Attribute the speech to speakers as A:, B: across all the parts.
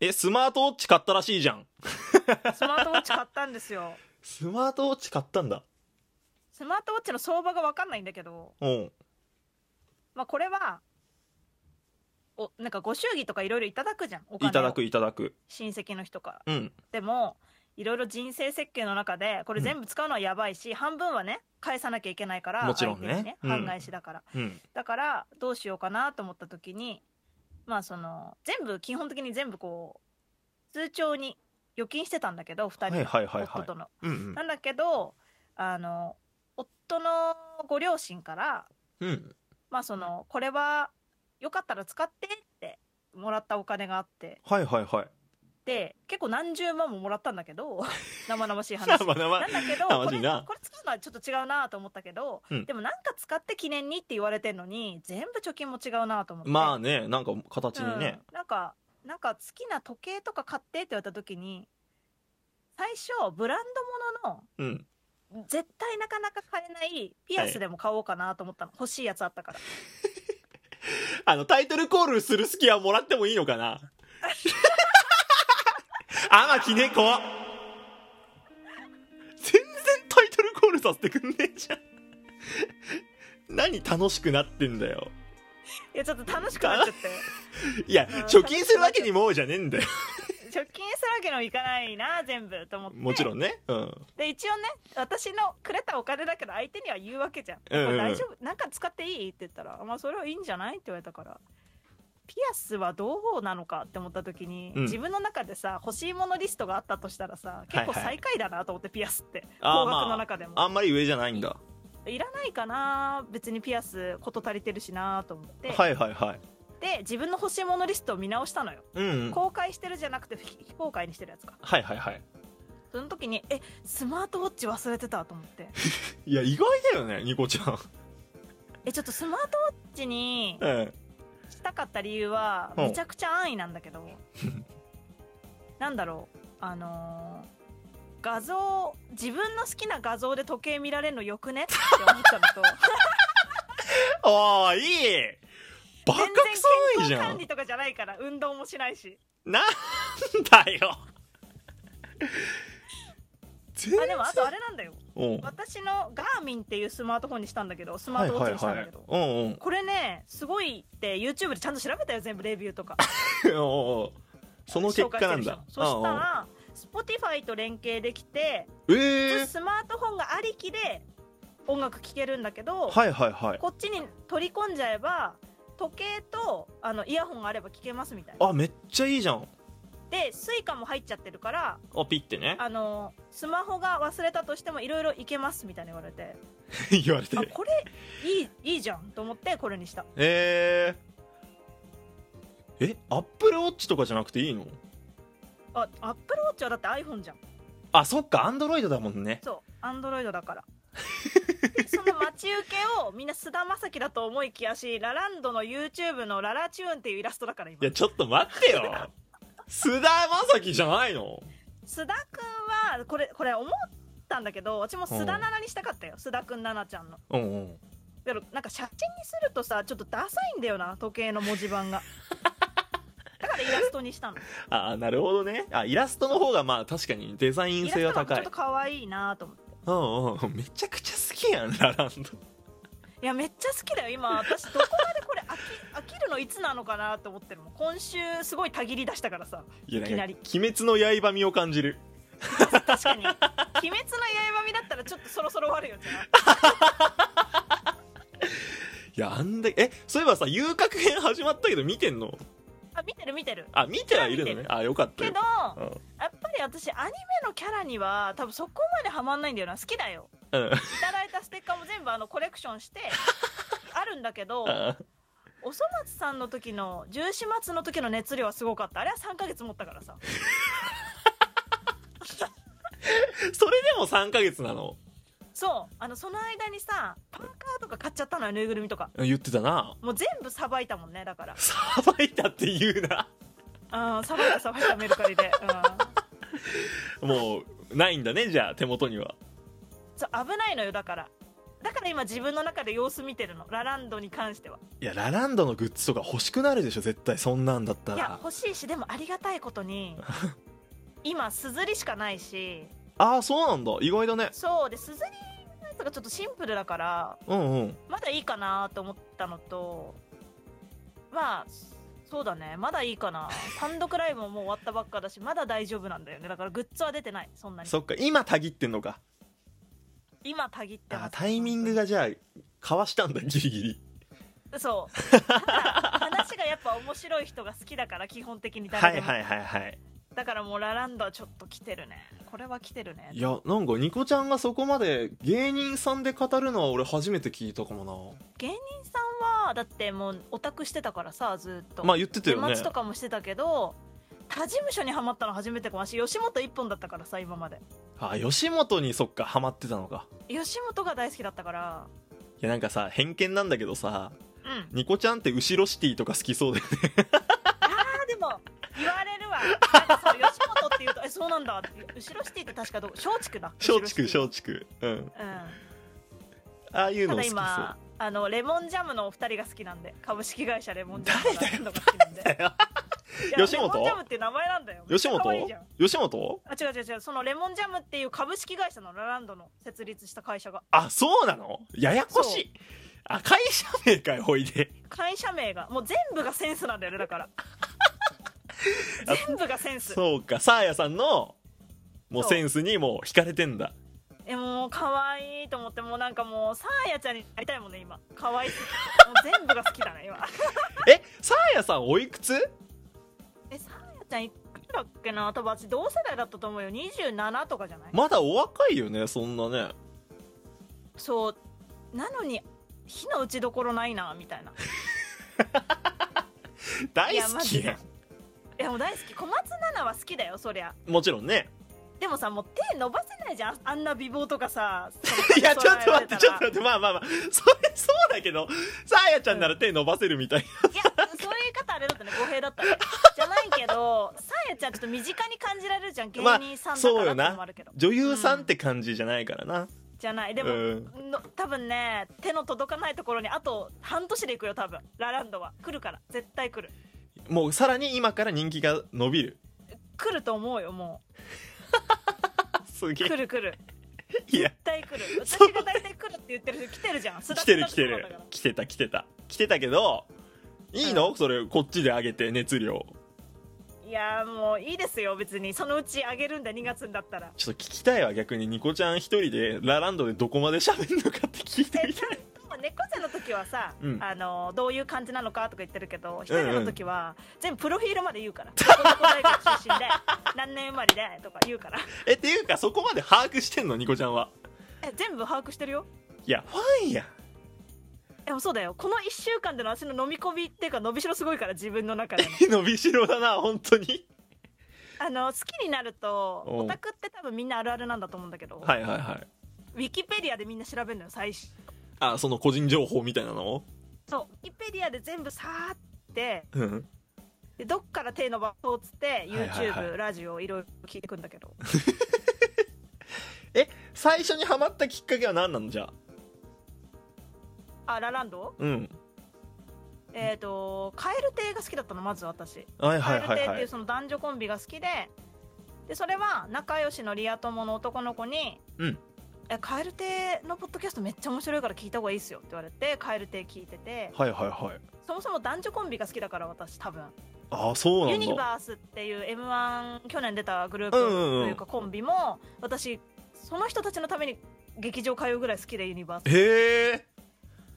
A: え、スマートウォッチ買ったらしいじゃん。
B: スマートウォッチ買ったんですよ
A: スマートウォッチ買ったんだ。
B: スマートウォッチの相場が分かんないんだけど、
A: うん。
B: まあ、これはおなんかご祝儀とかいろいろいただくじゃんお金を
A: いただくいただく。
B: 親戚の人から
A: うん。
B: でもいろいろ人生設計の中でこれ全部使うのはやばいし、半分はね返さなきゃいけないから
A: もちろんね
B: 相手に
A: うん
B: 半返しだから、
A: うん。
B: だからどうしようかなと思った時にまあその全部基本的に全部こう通帳に預金してたんだけど2人
A: はいはいはいはい
B: 夫との。
A: うん
B: なんだけどあの夫のご両親から
A: うん。うん。
B: まあそのこれはよかったら使ってってもらったお金があって
A: はいはいはい。
B: で結構何十万ももらったんだ けど生々しい
A: まあ
B: 話
A: まあまあ
B: なんだけど
A: あマ
B: こ
A: ジ
B: れ
A: な
B: これ使うのはちょっと違うなと思ったけど、
A: うん
B: でもなんか使って記念にって言われてんのに全部貯金も違うなと思って
A: まあね、なんか形にね。
B: うんなんかなんか好きな時計とか買ってって言われた時に最初ブランドもの
A: うん。
B: の絶対なかなか買えないピアスでも買おうかなと思ったの、欲しいやつあったから
A: あの、タイトルコールする隙はもらってもいいのかな あまきねこ全然タイトルコールさせてくんねえじゃん。何楽しくなってんだよ。
B: いやちょっと楽しくなっちゃって
A: いや、貯金するわけにもじゃねえんだよ。
B: 貯金するわけにもいかないな全部と思って
A: もちろんね。うん。
B: で一応ね私のくれたお金だけど相手には言うわけじゃん「
A: うんうんうん
B: これ大丈夫なんか使っていい?」って言ったら「まあそれはいいんじゃない?」って言われたからピアスはどうなのかって思った時に、
A: うん
B: 自分の中でさ欲しいものリストがあったとしたらさ結構
A: はいはい
B: 最下位だなと思ってピアスって、
A: あー
B: 高額
A: まあ
B: の中でも、
A: あんまり上じゃないんだ。
B: いらないかな別にピアス事足りてるしなと思って、
A: はいはいはい。
B: で自分の欲しいものリストを見直したのよ、
A: うん、うん。
B: 公開してるじゃなくて非非公開にしてるやつか
A: はいはいはい。
B: その時にえスマートウォッチ忘れてたと思って
A: いや、意外だよね、ニコちゃん。
B: えちょっとスマートウォッチに
A: うん。
B: したかった理由は
A: うん
B: めちゃくちゃ安易なんだ けどなんだろうあのー画像自分の好きな画像で時計見られるのよくねって思ったのと
A: おー、いいバカ
B: 全
A: くそいいじ
B: 然健康
A: ゃ
B: 管
A: ん
B: 理とかじゃないから運動もしないし
A: なんだよ全
B: あでもあとあれな んだよ
A: うん
B: 私のガーミンっていうスマートフォンにしたんだけどスマートウォッチにしたんだけど、
A: はいはいはい、うんうん
B: これねすごいって YouTube でちゃんと調べたよ全部レビューとか
A: おうおうその結果なんだ
B: 紹介してる人そしたら Spotify と連携できて
A: うんうん
B: 普
A: え
B: 通スマートフォンがありきで音楽聴けるんだけど、
A: ー、はいはいはい
B: こっちに取り込んじゃえば時計とあのイヤホンがあれば聴けますみたいな
A: あめっちゃいいじゃん
B: で Suica も入っちゃってるから
A: あピッてね
B: あのスマホが忘れたとしてもいろいろいけますみたいに言われて
A: 言われて
B: あこれいいいいじゃんと思ってこれにした
A: えー、えアップルウォッチとかじゃなくていいの
B: あ AppleWatch はだって iPhone じゃん
A: あそっかアンドロイドだもんね
B: そうアンドロイド だからでその待ち受けをみんな菅田将暉だと思いきやしラランドの YouTube の「ララチューン」っていうイラストだから今
A: いやちょっと待って よ須田将暉じゃないの
B: 須田くんはこれこれ思ったんだけど私も須田奈々にしたかったよ、須田くん奈々ちゃんの
A: うんうん
B: けどなんか写真にするとさちょっとダサいんだよな時計の文字 盤がだからイラストにしたの
A: あなるほどねあイラストの方がまあ確かにデザイ
B: イ
A: ン
B: ラス
A: 性
B: ト
A: は
B: の方
A: 高
B: がち
A: い
B: ょっと可愛いなと思って
A: うんうんめちゃくちゃ好きやんラランド
B: いやめっちゃ好きだよ今私どこまでこれ飽き飽きるのいつなのかなと思ってるもん今週すごいたぎり出したからさ
A: いや
B: いきなり
A: んか鬼滅の刃味を感じる
B: 確かに「鬼滅の刃」みだったらちょっとそろそろ終わるよじゃ
A: いやあんだけえそういえばさ遊郭編始まったけど見てんの
B: ああ見てる見てる
A: あ見てはいるの
B: 見て
A: ね
B: る
A: あよかった
B: け
A: よ
B: ど、
A: うん
B: やっぱり私アニメのキャラには多分そこまでハマんないんだよな好きだよ
A: うん
B: いただいたステッカーも全部あのコレクションしてあるんだけど
A: あ
B: おそ松さんの時の十四松の時の熱量はすごかったあれは3ヶ月持ったからさ
A: それでも3ヶ月なの
B: そうあのその間にさパーカーとか買っちゃったのよぬいぐるみとか
A: 言ってたな
B: もう全部さばいたもんねだから
A: さばいたって言うな
B: うんさばいたさばいたメルカリで、うん、
A: もうないんだねじゃあ手元には
B: そう危ないのよだからだから今自分の中で様子見てるのラランドに関してはい
A: やラランドのグッズとか欲しくなるでしょ絶対そんなんだった
B: いや
A: ら
B: 欲しいしでもありがたいこ とに今すずりしかないし
A: ああそうなんだ意外だね
B: そうですずりのやつがちょっとシンプルだから
A: うんうん
B: まだいいかなと思ったのとまあそうだねまだいいかな単独ライブももう終わったばっかだしまだ大丈夫なんだよねだからグッズは出てないそんなに
A: そっか今たぎってんのか
B: 今たぎって
A: あ
B: ま
A: ー
B: す
A: タイミングがじゃあかわしたんだギリギリ
B: そう ただ話がやっぱ面白い人が好きだから基本的に
A: は
B: 誰で
A: い
B: も、
A: はいはいはい
B: だからもうラランドはちょっと来てるねこれは来てるね
A: いやなんかニコちゃんがそこまで芸人さんで語るのは俺初めて聞いたかも
B: 芸人さんはだってもうオタクしてたからさずっと
A: なまあ言ってたよ
B: 出
A: ね
B: 待ちとかもしてたけど他事務所にはまったの初めてかもし吉本一本だったからさ今まで
A: あ吉本にそっかハマってたのか
B: 吉本が大好きだったから
A: いやなんかさ偏見なんだけどさ
B: うん
A: ニコちゃんって後ろシティとか好きそうで
B: あでも言われるわなんかそう吉本って言うとえそうなんだって後ろシティって確かどこ松竹だ
A: 松竹
B: 後ろシ
A: 松竹うん
B: ティうん
A: ああいう
B: た
A: の好
B: だ
A: きそう
B: 今あのレモンジャムのお二人が好きなんで株式会社レモンジャ
A: 誰
B: ム
A: だ
B: よが好きなんで いや
A: 吉本
B: レモンジャムって名前なんだよ
A: 吉
B: めっちゃ可愛い
A: 本
B: じゃん
A: 吉本
B: あ違う違う違うそのレモンジャムっていう株式会社のラランドの設立した会社が
A: あそうなのややこし
B: そ
A: いあ会社名かよほいで
B: 会社名がもう全部がセンスなんだよねだ から
A: あ
B: 全部がセンス
A: そうかサーヤさんのもう
B: そう
A: センスにもう惹かれてんだ
B: えもう可愛いと思ってもうなんかもうさあやちゃんになりたいもんね今可愛いすぎてもう全部が好きだね今
A: えサーヤさんおいくつ
B: えさあやちゃんいくつだっけな多分私同世代だったと思うよ27とかじゃない
A: まだお若いよねそんなね
B: そうなのに火の打ちどころないなみたいない
A: 大
B: や
A: 好
B: マ
A: き
B: ジ
A: やん
B: でいやもう大好き小松菜奈は好きだよそりゃ
A: もちろんね
B: でもさもう手伸ばせないじゃんあんな美貌とかさ
A: いやちょっと待ってちょっと待
B: っ
A: ってまあまあまあそれそうだけどサーヤちゃんなら手伸ばせるみたい
B: ていやそういう方あれだったね語弊だったねじゃないけどさあやちゃんちょっと身近に感じられるじゃん芸
A: まあ
B: 人さんだ
A: そうよ
B: からっての
A: な
B: もあるけど、
A: 女優さんって感じじゃないからな、
B: じゃないでも、
A: うん
B: の多分ね手の届かないところにあと半年で行くよ多分ラランドは来るから絶対来る
A: もうさらに今から人気が伸びる
B: 来ると思うよも
A: あす
B: う
A: げ
B: 来る来る
A: えいや
B: 絶対来る私
A: そう
B: が大体来るって言ってる人来てるじゃん
A: 来てる来てる来てた来てた来てたけどいいの、それこっちで上げて熱量
B: いやーもういいですよ別にそのうちあげるんだ2月にだったら
A: ちょっと聞きたいわ逆にニコちゃん一人でラランドでどこまで喋るのかって聞いて
B: え
A: み
B: ち
A: た
B: ゃん
A: い
B: と猫背の時はさ、
A: うん
B: あのどういう感じなのかとか言ってるけど一
A: うん
B: 人の時は全部プロフィールまで言 うからどこどこ大学出身で何年生まれでとか言うから
A: えっていうかそこまで把握してんのニコちゃんは
B: え全部把握してるよ
A: いやファンやん
B: でもそうだよこの1週間での私の飲み込みっていうか伸びしろすごいから自分の中で の
A: 伸びしろだな本当に
B: あの好きになると
A: おう
B: オタクって多分みんなあるあるなんだと思うんだけど、
A: はいはいはい
B: ウィキペディアでみんな調べるのよ最初
A: あその個人情報みたいなの
B: そうウィキペディアで全部さーって
A: うん
B: でどっから手伸ばそうっつって
A: はいはい
B: YouTube、
A: はい
B: ラジオいろいろ聞いてくんだけど
A: 最初にハマったきっかけは何なのじゃあ
B: あラランド
A: うん
B: えっ、とカエル亭が好きだったのまず私
A: はい
B: カ
A: は
B: エ
A: い
B: ル
A: はい
B: 亭っ
A: は
B: ていう
A: い
B: その男女コンビが好きででそれは仲良しのリア友の男の子に「
A: うん
B: えカエル亭のポッドキャストめっちゃ面白いから聞いた方がいいっすよ」って言われてカエル亭聞いてて
A: はいはいはい
B: そもそも男女コンビが好きだから私多分
A: あそう
B: ユ
A: なん
B: ニ
A: だ
B: バースっていう m 1去年出たグループ
A: うんうんうん
B: というかコンビも私その人たちのために劇場通うぐらい好きでユニバース
A: へえ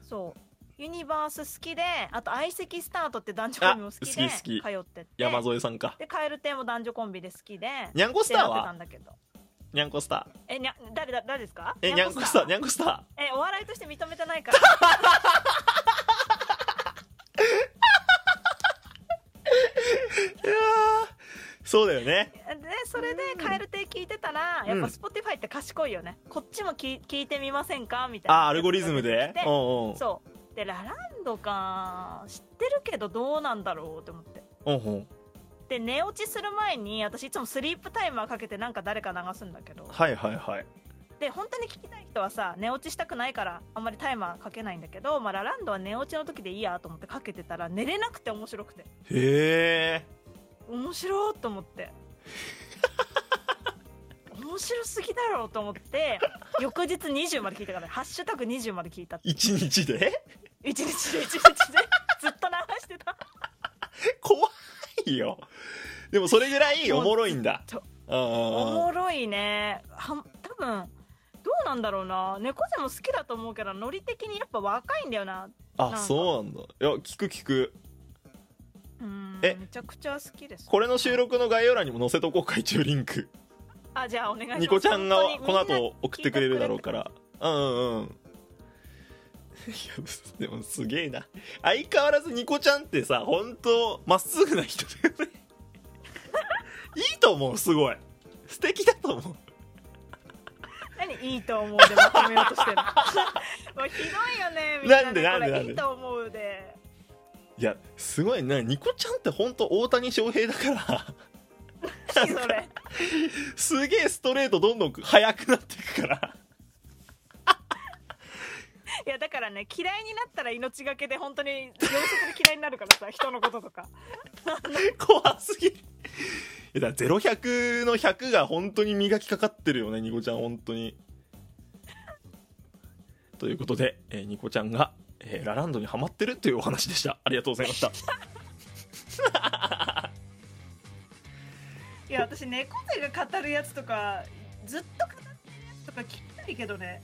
B: そうユニバース好きであと相席スタートって男女コンビも好きで
A: あ好き好き
B: 通ってって
A: 山添さんか
B: でカエル亭も男女コンビで好きで
A: にゃんこスタ
B: 出
A: ー
B: 会ってた
A: は
B: んだけど
A: にゃんこスター
B: えにゃ誰だ誰ですか
A: えにゃんこスターにゃんこスタ
B: えお笑いとして認めてないから
A: ーいやーそうだよね
B: でそれでカエル亭聞いてたらやっ
A: うん
B: ぱ Spotify って賢いよね、こっちもき聞いてみませんかみたいな
A: あアルゴリズムで
B: で
A: うんうん
B: そうでラランドか知ってるけどどうなんだろうと思って
A: うんうん
B: で寝落ちする前に私いつもスリープタイマーかけてなんか誰か流すんだけど
A: はいはいはい
B: で本当に聞きたい人はさ寝落ちしたくないからあんまりタイマーかけないんだけど、まあ、ラランドは寝落ちの時でいいやと思ってかけてたら寝れなくて面白くて
A: へえ
B: 面白いと思って面白すぎだろうと思って翌日20まで聞いたからね「ハッシュタグ #20 まで聞いた」って
A: 一日で
B: 一日で一日でずっと流してた
A: 怖いよでもそれぐらいおもろいんだ
B: ちょ
A: うんうん
B: お
A: うん
B: もろいねは多分どうなんだろうな猫背も好きだと思うけどノリ的にやっぱ若いんだよななん
A: あ
B: か
A: そうなんだいや聞く聞く
B: うん
A: え
B: めちゃくちゃ好きです
A: これの収録の概要欄にも載せとこうか一応リンク
B: あじゃあお願いします
A: ニコちゃんが
B: 本当に
A: この
B: みんな
A: 後送ってくれるだろうからうんうんうんいやでもすげえな相変わらずニコちゃんってさ本当まっすぐな人だよねいいと思うすごい素敵だと思う
B: 何いいと思うでまとめようとしてるの もうひどいよねみんなね
A: なんでなんで
B: これ
A: なんで
B: いいと思 うで
A: いやすごいなニコちゃんって本当大谷翔平だから
B: 何それ
A: すげえストレートどんどん速くなっていくから
B: いやだからね嫌いになったら命がけで本当に秒速で嫌いになるからさ人のこととか
A: 怖すぎるいやだから0100の100が本当に磨きかかってるよねニコちゃん本当にということで、えーニコちゃんが、えーラランドにハマってるというお話でしたありがとうございました
B: いや私猫背が語るやつとかずっと語ってるやつとか聞きたいけどね